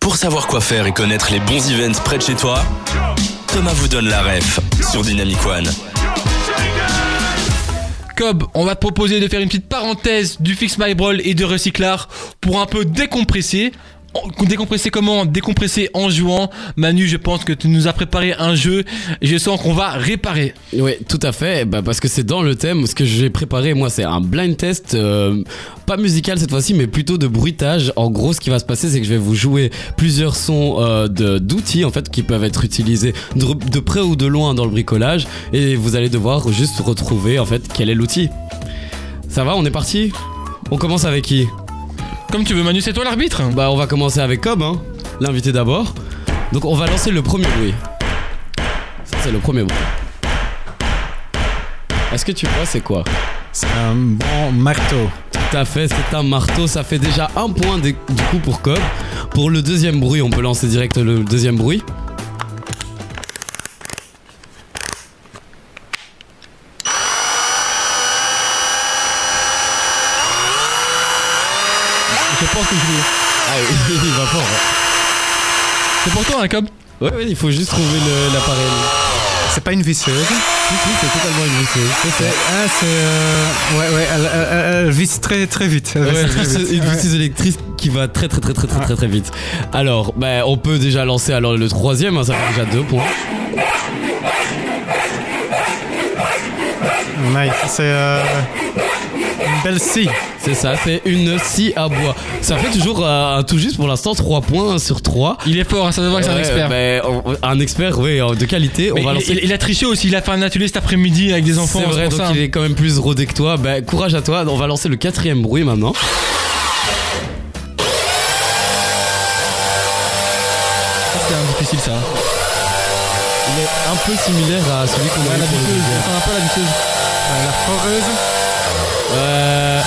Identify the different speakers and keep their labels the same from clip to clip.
Speaker 1: Pour savoir quoi faire et connaître les bons events près de chez toi, Thomas vous donne la ref sur Dynamic One.
Speaker 2: Cobb, on va te proposer de faire une petite parenthèse du Fix My Brawl et de Recyclar pour un peu décompresser. En- Décompresser comment Décompresser en jouant. Manu, je pense que tu nous as préparé un jeu. et Je sens qu'on va réparer.
Speaker 3: Oui, tout à fait, bah, parce que c'est dans le thème. Ce que j'ai préparé, moi, c'est un blind test, euh, pas musical cette fois-ci, mais plutôt de bruitage. En gros, ce qui va se passer, c'est que je vais vous jouer plusieurs sons euh, de- d'outils, en fait, qui peuvent être utilisés de, de près ou de loin dans le bricolage, et vous allez devoir juste retrouver, en fait, quel est l'outil. Ça va, on est parti On commence avec qui
Speaker 2: Comme tu veux, Manu, c'est toi l'arbitre
Speaker 3: Bah, on va commencer avec Cobb, hein, l'invité d'abord. Donc, on va lancer le premier bruit. Ça, c'est le premier bruit. Est-ce que tu vois c'est quoi
Speaker 4: C'est un bon marteau.
Speaker 3: Tout à fait, c'est un marteau, ça fait déjà un point de- du coup pour Cobb. Pour le deuxième bruit, on peut lancer direct le deuxième bruit.
Speaker 2: Je pense que je l'ai.
Speaker 3: Ah oui, il va fort.
Speaker 2: C'est pour toi, hein, Cobb
Speaker 3: Ouais, ouais, il faut juste trouver le- l'appareil.
Speaker 4: C'est pas une visseuse.
Speaker 3: Si, si, c'est totalement une visseuse. C'est ça.
Speaker 4: Ah, c'est. euh, Ouais, ouais, elle, elle- elle- elle visse très, très vite. Elle
Speaker 3: Ouais,
Speaker 4: visse très
Speaker 3: une
Speaker 4: vite. Ouais.
Speaker 3: visseuse électrique qui va très très très très très très très vite. Alors, bah, on peut déjà lancer alors le troisième, hein, ça fait déjà deux points.
Speaker 4: Nice. C'est. euh, Une belle scie.
Speaker 3: C'est ça, c'est une scie à bois. Ça fait toujours euh, un tout juste pour l'instant 3 points hein, sur 3.
Speaker 2: Il est fort, hein, ça se voit que c'est un expert.
Speaker 3: un expert, oui, de qualité. bah, On
Speaker 2: Mais
Speaker 3: va
Speaker 2: il,
Speaker 3: lancer.
Speaker 2: il- il a triché aussi, il a fait un atelier cet après-midi avec des enfants.
Speaker 3: C'est vrai,
Speaker 2: pour
Speaker 3: donc
Speaker 2: ça,
Speaker 3: il
Speaker 2: hein.
Speaker 3: est quand même plus rodé que toi. Bah, courage à toi. On va lancer le quatrième bruit maintenant.
Speaker 2: C'est un difficile ça.
Speaker 3: Il est un peu similaire à celui qu'on a eu
Speaker 2: la
Speaker 3: pour le
Speaker 2: visseuse,
Speaker 3: deuxième.
Speaker 2: on a pas la visseuse.
Speaker 4: Euh, La foreuse.
Speaker 3: Euh,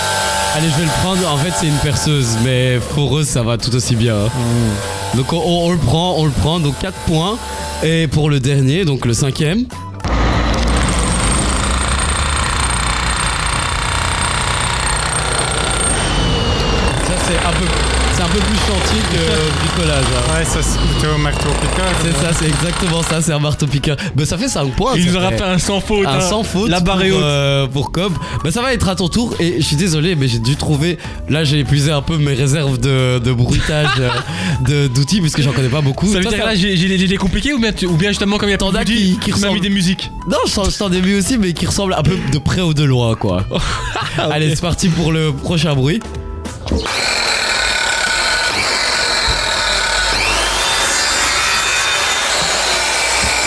Speaker 3: allez, je vais le prendre. En fait, c'est une perceuse, mais foreuse, ça va tout aussi bien. hein.
Speaker 2: Mm.
Speaker 3: Donc on, on- on le prend, on le prend. Donc 4 points. Et pour le dernier, donc le cinquième. Ça c'est un peu, c'est un peu plus chantier que bricolage. hein.
Speaker 4: Ouais, ça, c'est plutôt marteau piqueur.
Speaker 3: C'est ça, c'est exactement ça, c'est un marteau piqueur. Mais ça fait 5 points.
Speaker 2: Il
Speaker 3: ça
Speaker 2: nous aura
Speaker 3: fait
Speaker 2: fait un sans faute.
Speaker 3: Ah, un
Speaker 2: hein.
Speaker 3: sans faute
Speaker 2: La barre est
Speaker 3: pour,
Speaker 2: haute.
Speaker 3: euh, pour Cobb. Bah ça va être à ton tour et je suis désolé mais j'ai dû trouver là j'ai épuisé un peu mes réserves de, de bruitage euh, de- d'outils puisque j'en connais pas beaucoup.
Speaker 2: Ça veut
Speaker 3: Toi,
Speaker 2: dire que
Speaker 3: t'as-
Speaker 2: là, j'ai- j'ai les- j'ai les compliqués ou bien, tu- ou bien justement, comme il y a
Speaker 3: T'en
Speaker 2: tant
Speaker 3: as
Speaker 2: d'outils,
Speaker 3: qui- qui
Speaker 2: tu m'as
Speaker 3: ressemblent.
Speaker 2: mis des musiques.
Speaker 3: Non je t'en- je t'en ai vu aussi mais qui ressemble un peu de près ou de loin quoi. Allez c'est parti pour le prochain bruit.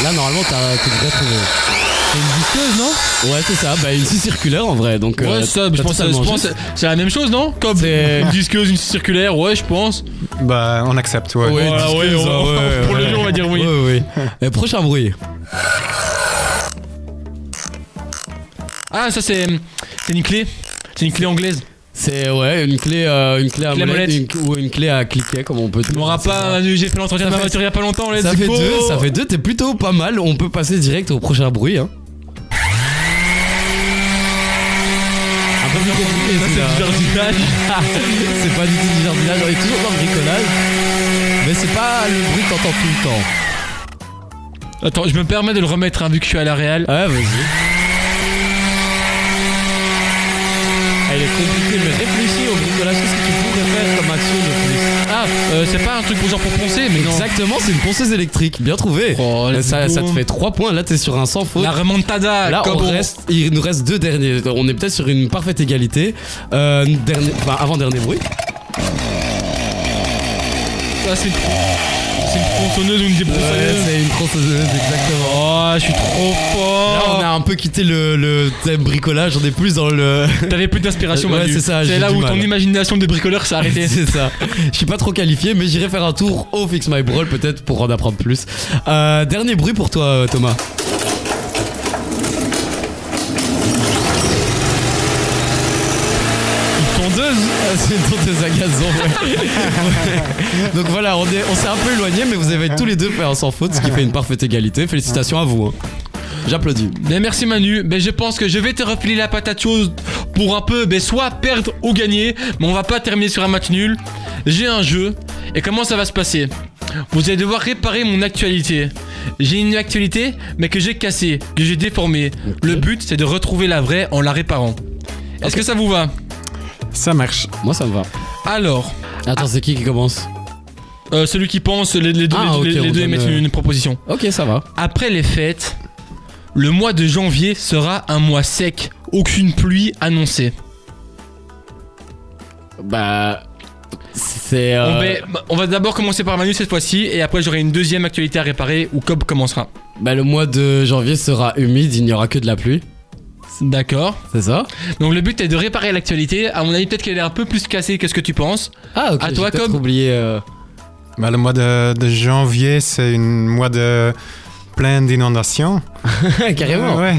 Speaker 3: Là normalement t'as- tu devrais trouver.
Speaker 2: C'est une visseuse, non
Speaker 3: Ouais, c'est ça, bah une scie circulaire en vrai, donc. euh,
Speaker 2: Ouais, ça, je pense, je pense- c'est la même chose, non Comme
Speaker 3: C'est-
Speaker 2: une disqueuse, une scie circulaire, ouais, je pense.
Speaker 4: Bah, on accepte, ouais.
Speaker 3: Ouais,
Speaker 2: Voilà,
Speaker 3: disqueuse,
Speaker 2: ouais,
Speaker 3: hein,
Speaker 2: on-
Speaker 3: ouais,
Speaker 2: pour le
Speaker 3: ouais.
Speaker 2: jeu, on va dire oui.
Speaker 3: Ouais, ouais. Et prochain bruit.
Speaker 2: Ah, ça, c'est c'est une clé. C'est une clé anglaise.
Speaker 3: C'est ouais, une clé, euh, une clé à
Speaker 2: Clé à
Speaker 3: molette,
Speaker 2: molette.
Speaker 3: une- ou une clé à cliquer, comme on peut dire.
Speaker 2: On aura
Speaker 3: C'est
Speaker 2: pas,
Speaker 3: ça.
Speaker 2: Manu, j'ai fait l'entretien de
Speaker 3: Ça
Speaker 2: ma
Speaker 3: fait-
Speaker 2: voiture il y a pas longtemps, let's
Speaker 3: Ça fait
Speaker 2: go.
Speaker 3: deux, ça fait deux, t'es plutôt pas mal. On peut passer direct au prochain bruit. Hein. Un peu plus compliqué,
Speaker 2: Ça, c'est
Speaker 3: celui-là.
Speaker 2: du jardinage.
Speaker 3: c'est pas du tout du jardinage, on est toujours dans le bricolage. Mais c'est pas le bruit que t'entends tout le temps.
Speaker 2: Attends, je me permets de le remettre, hein, vu que je suis à la Real.
Speaker 3: Ah vas-y.
Speaker 2: Ah,
Speaker 3: Elle est compliquée, mais réfléchis au bricolage. Qu'est-ce que tu pourrais faire comme action de
Speaker 2: Ah, euh, c'est pas un truc pour genre pour poncer, mais
Speaker 3: plus
Speaker 2: non.
Speaker 3: Exactement, c'est une ponceuse électrique. Bien trouvé.
Speaker 2: Oh, let's
Speaker 3: ça,
Speaker 2: go.
Speaker 3: ça te fait 3 points. Là, t'es sur un sans faute.
Speaker 2: La remontada.
Speaker 3: Là,
Speaker 2: Ah, comme
Speaker 3: on reste, il nous reste deux derniers. On est peut-être sur une parfaite égalité. Euh, dernier, enfin, avant-dernier bruit.
Speaker 2: Ah, c'est une c'est une tronçonneuse ou une débroussailleuse.
Speaker 3: Euh, c'est une tronçonneuse, exactement.
Speaker 2: Oh, je suis trop
Speaker 3: Là,
Speaker 2: fort.
Speaker 3: on a un peu quitté le, le thème bricolage. On est plus dans le.
Speaker 2: T'avais plus d'inspiration,
Speaker 3: Ouais,
Speaker 2: Manu.
Speaker 3: c'est ça, j'ai
Speaker 2: là
Speaker 3: du
Speaker 2: où
Speaker 3: mal.
Speaker 2: ton imagination de bricoleur s'est arrêtée.
Speaker 3: C'est ça. Je suis pas trop qualifié, mais j'irai faire un tour au Fix My Brawl peut-être pour en apprendre plus. Euh, dernier bruit pour toi, euh, Thomas.
Speaker 2: Une tondeuse.
Speaker 3: Ah, C'est une tondeuse à gazon. ouais. Ouais. Donc voilà, on est- on s'est un peu éloigné, mais vous avez tous les deux fait un sans faute, ce qui fait une parfaite égalité. Félicitations à vous. hein. J'applaudis.
Speaker 2: Bien, merci Manu. Ben, je pense que je vais te refiler la patate chose pour un peu ben, soit perdre ou gagner, mais on va pas terminer sur un match nul. J'ai un jeu, et comment ça va se passer Vous allez devoir réparer mon actualité. J'ai une actualité, mais que j'ai cassée, que j'ai déformée. Le but, c'est de retrouver la vraie en la réparant. Est-ce que ça vous va
Speaker 4: Ça marche.
Speaker 3: Moi, ça me va.
Speaker 2: Alors,
Speaker 3: Attends, c'est qui qui commence
Speaker 2: euh, celui qui pense, les, les deux,
Speaker 3: Ah,
Speaker 2: les-
Speaker 3: ok,
Speaker 2: les
Speaker 3: on
Speaker 2: deux
Speaker 3: donne,
Speaker 2: émettent une-
Speaker 3: euh,
Speaker 2: une proposition.
Speaker 3: Ok, ça va.
Speaker 2: Après les fêtes, le mois de janvier sera un mois sec. Aucune pluie annoncée.
Speaker 3: Bah. C'est.
Speaker 2: On
Speaker 3: euh,
Speaker 2: va- bah, On va d'abord commencer par Manu cette fois-ci et après j'aurai une deuxième actualité à réparer où Cobb commencera.
Speaker 3: Bah, le mois de janvier sera humide, il n'y aura que de la pluie.
Speaker 2: D'accord.
Speaker 3: C'est ça
Speaker 2: Donc le but est de réparer l'actualité. À mon avis, peut-être qu'elle est un peu plus cassée qu'est-ce que tu penses.
Speaker 3: Ah, ok.
Speaker 2: À toi,
Speaker 3: j'ai peut-être
Speaker 2: Cobb.
Speaker 3: oublié. euh,
Speaker 4: Bah, le mois de, de janvier, c'est un mois de plein d'inondations.
Speaker 3: Carrément.
Speaker 4: Ouais, ouais.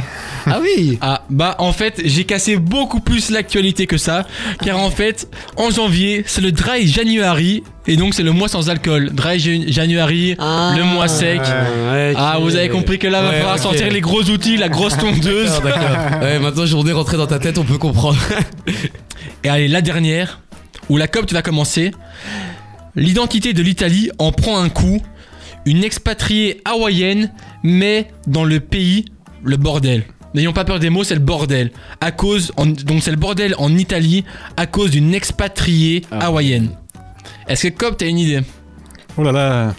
Speaker 3: Ah oui
Speaker 2: Ah bah en fait, j'ai cassé beaucoup plus l'actualité que ça car en fait, en janvier, c'est le dry January et donc c'est le mois sans alcool. Dry Jan- January, le mois sec.
Speaker 3: Ouais,
Speaker 2: Ah,
Speaker 3: ok.
Speaker 2: vous avez compris que là, va
Speaker 3: Ouais,
Speaker 2: falloir
Speaker 3: ok.
Speaker 2: sortir les gros outils, la grosse tondeuse.
Speaker 3: D'accord, Ah, d'accord. ouais, maintenant, journée rentrée dans ta tête, on peut comprendre.
Speaker 2: Et allez, la dernière, où la COP, tu vas commencer. L'identité de l'Italie en prend un coup. Une expatriée hawaïenne, mais dans le pays, le bordel. N'ayons pas peur des mots, c'est le bordel. À cause, en- donc c'est le bordel en Italie à cause d'une expatriée
Speaker 3: Ah.
Speaker 2: hawaïenne. Est-ce que COP, t'as une idée
Speaker 4: Oh là là.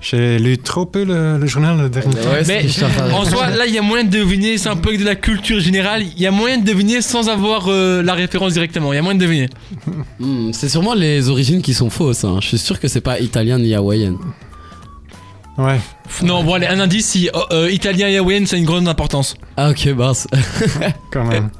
Speaker 4: J'ai lu trop peu le, le journal le dernier temps.
Speaker 3: Ouais,
Speaker 2: Mais
Speaker 3: Ah.
Speaker 2: en soi, là, il y a moyen de deviner, c'est un peu de la culture générale, il y a moyen de deviner sans avoir euh, la référence directement, il y a moyen de deviner.
Speaker 3: Hmm, c'est sûrement les origines qui sont fausses. hein. Je suis sûr que c'est pas italien ni hawaïenne.
Speaker 4: Ouais.
Speaker 2: Non, bon, allez, un indice, si oh, euh, italien et hawaïen, c'est une grande importance.
Speaker 3: Ah ok mince.
Speaker 4: quand même.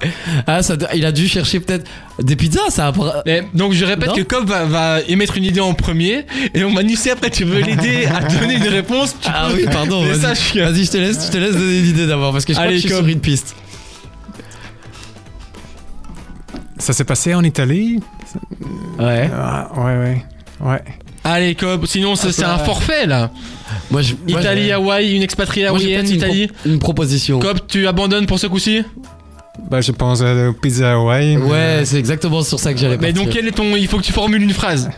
Speaker 3: Ah ça, doit- il a dû chercher peut-être des pizzas ça. appara-
Speaker 2: Mais, donc, je répète
Speaker 3: Non.
Speaker 2: que Cobb va, va émettre une idée en premier, et donc, Manu, si après tu veux l'aider à donner une réponse, tu
Speaker 3: Ah oui pardon.
Speaker 2: Mais ça,
Speaker 3: Vas-y
Speaker 2: je
Speaker 3: Vas-y, je te laisse, je te laisse donner une idée d'abord parce que je crois
Speaker 2: Allez,
Speaker 3: que je suis
Speaker 2: Cobb.
Speaker 3: sur une piste.
Speaker 4: Ça s'est passé en Italie
Speaker 3: Ouais.
Speaker 4: Ah, Ouais, ouais. Ouais.
Speaker 2: Allez, Cobb, sinon, c'est c'est un
Speaker 3: Ah, bah, ouais.
Speaker 2: forfait, là.
Speaker 3: Moi je. moi,
Speaker 2: Italie, Hawaï, une expatriée
Speaker 3: j'ai- moi, j'ai
Speaker 2: hawaïenne,
Speaker 3: peut-être une pro-
Speaker 2: Italie.
Speaker 3: Une proposition.
Speaker 2: Cobb, tu abandonnes pour ce coup-ci
Speaker 4: Bah, je pense euh, au Pizza Hawaii. mais-
Speaker 3: Ouais c'est exactement sur ça que j'allais.
Speaker 2: Mais donc,
Speaker 3: partir.
Speaker 2: quel est ton. Il faut que tu formules une phrase.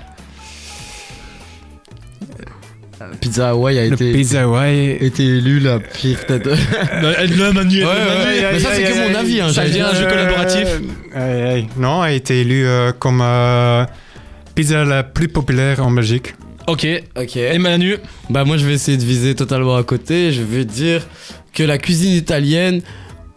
Speaker 3: pizza Hawaii a
Speaker 4: Le
Speaker 3: été
Speaker 4: Pizza Hawaii.
Speaker 3: été élu la pire tête.
Speaker 2: Aide-le, Manu, aide-le, Manu.
Speaker 3: Ouais, ouais, ouais. Mais ça, c'est que mon avis, hein,
Speaker 2: Ça
Speaker 3: j'allais
Speaker 2: devient
Speaker 3: dire.
Speaker 2: un jeu
Speaker 4: Euh,
Speaker 2: collaboratif.
Speaker 4: aïe, aïe. Non, a été élu euh, comme euh, pizza la plus populaire en Belgique.
Speaker 2: Ok.
Speaker 3: ok.
Speaker 2: Et Manu
Speaker 3: Bah moi je vais essayer de viser totalement à côté. Je vais dire que la cuisine italienne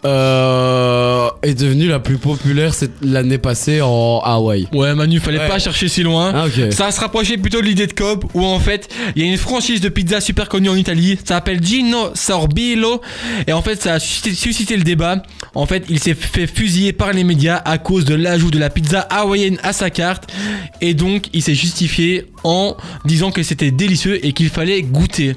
Speaker 3: euh, est devenue la plus populaire cette- l'année passée en Hawaï.
Speaker 2: Ouais, Manu, fallait
Speaker 3: Ouais.
Speaker 2: pas chercher si loin.
Speaker 3: Ah ok.
Speaker 2: Ça se rapprochait plutôt de l'idée de Cobb, où en fait, il y a une franchise de pizza super connue en Italie, ça s'appelle Gino Sorbillo, et en fait, ça a suscité, suscité le débat. En fait, il s'est fait fusiller par les médias à cause de l'ajout de la pizza hawaïenne à sa carte, et donc il s'est justifié en disant que c'était délicieux et qu'il fallait goûter.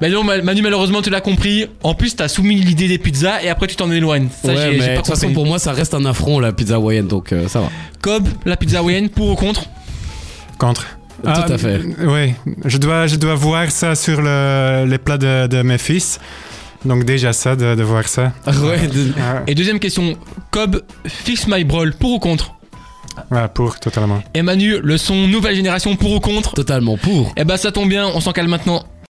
Speaker 2: Mais non, Ma- Manu, malheureusement, tu l'as compris. En plus, t'as soumis l'idée des pizzas et après, tu t'en éloignes. Ça,
Speaker 3: ouais,
Speaker 2: j'ai- j'ai
Speaker 3: mais de
Speaker 2: pas
Speaker 3: toute façon
Speaker 2: compris.
Speaker 3: pour moi ça reste un affront la pizza hawaïenne donc euh, ça va.
Speaker 2: Cobb, la pizza hawaïenne, pour ou contre
Speaker 4: Contre.
Speaker 3: Tout à fait.
Speaker 4: Oui, je dois, je dois voir ça sur le- les plats de, de mes fils. Donc déjà ça, de, de voir ça.
Speaker 3: ouais. de-
Speaker 4: Ah,
Speaker 2: Et deuxième question, Cobb, fixe my brawl, pour ou contre
Speaker 4: ouais, pour, totalement.
Speaker 2: Et Manu, le son nouvelle génération pour ou contre
Speaker 3: Totalement pour.
Speaker 2: Eh bah ça tombe bien, on s'en calme maintenant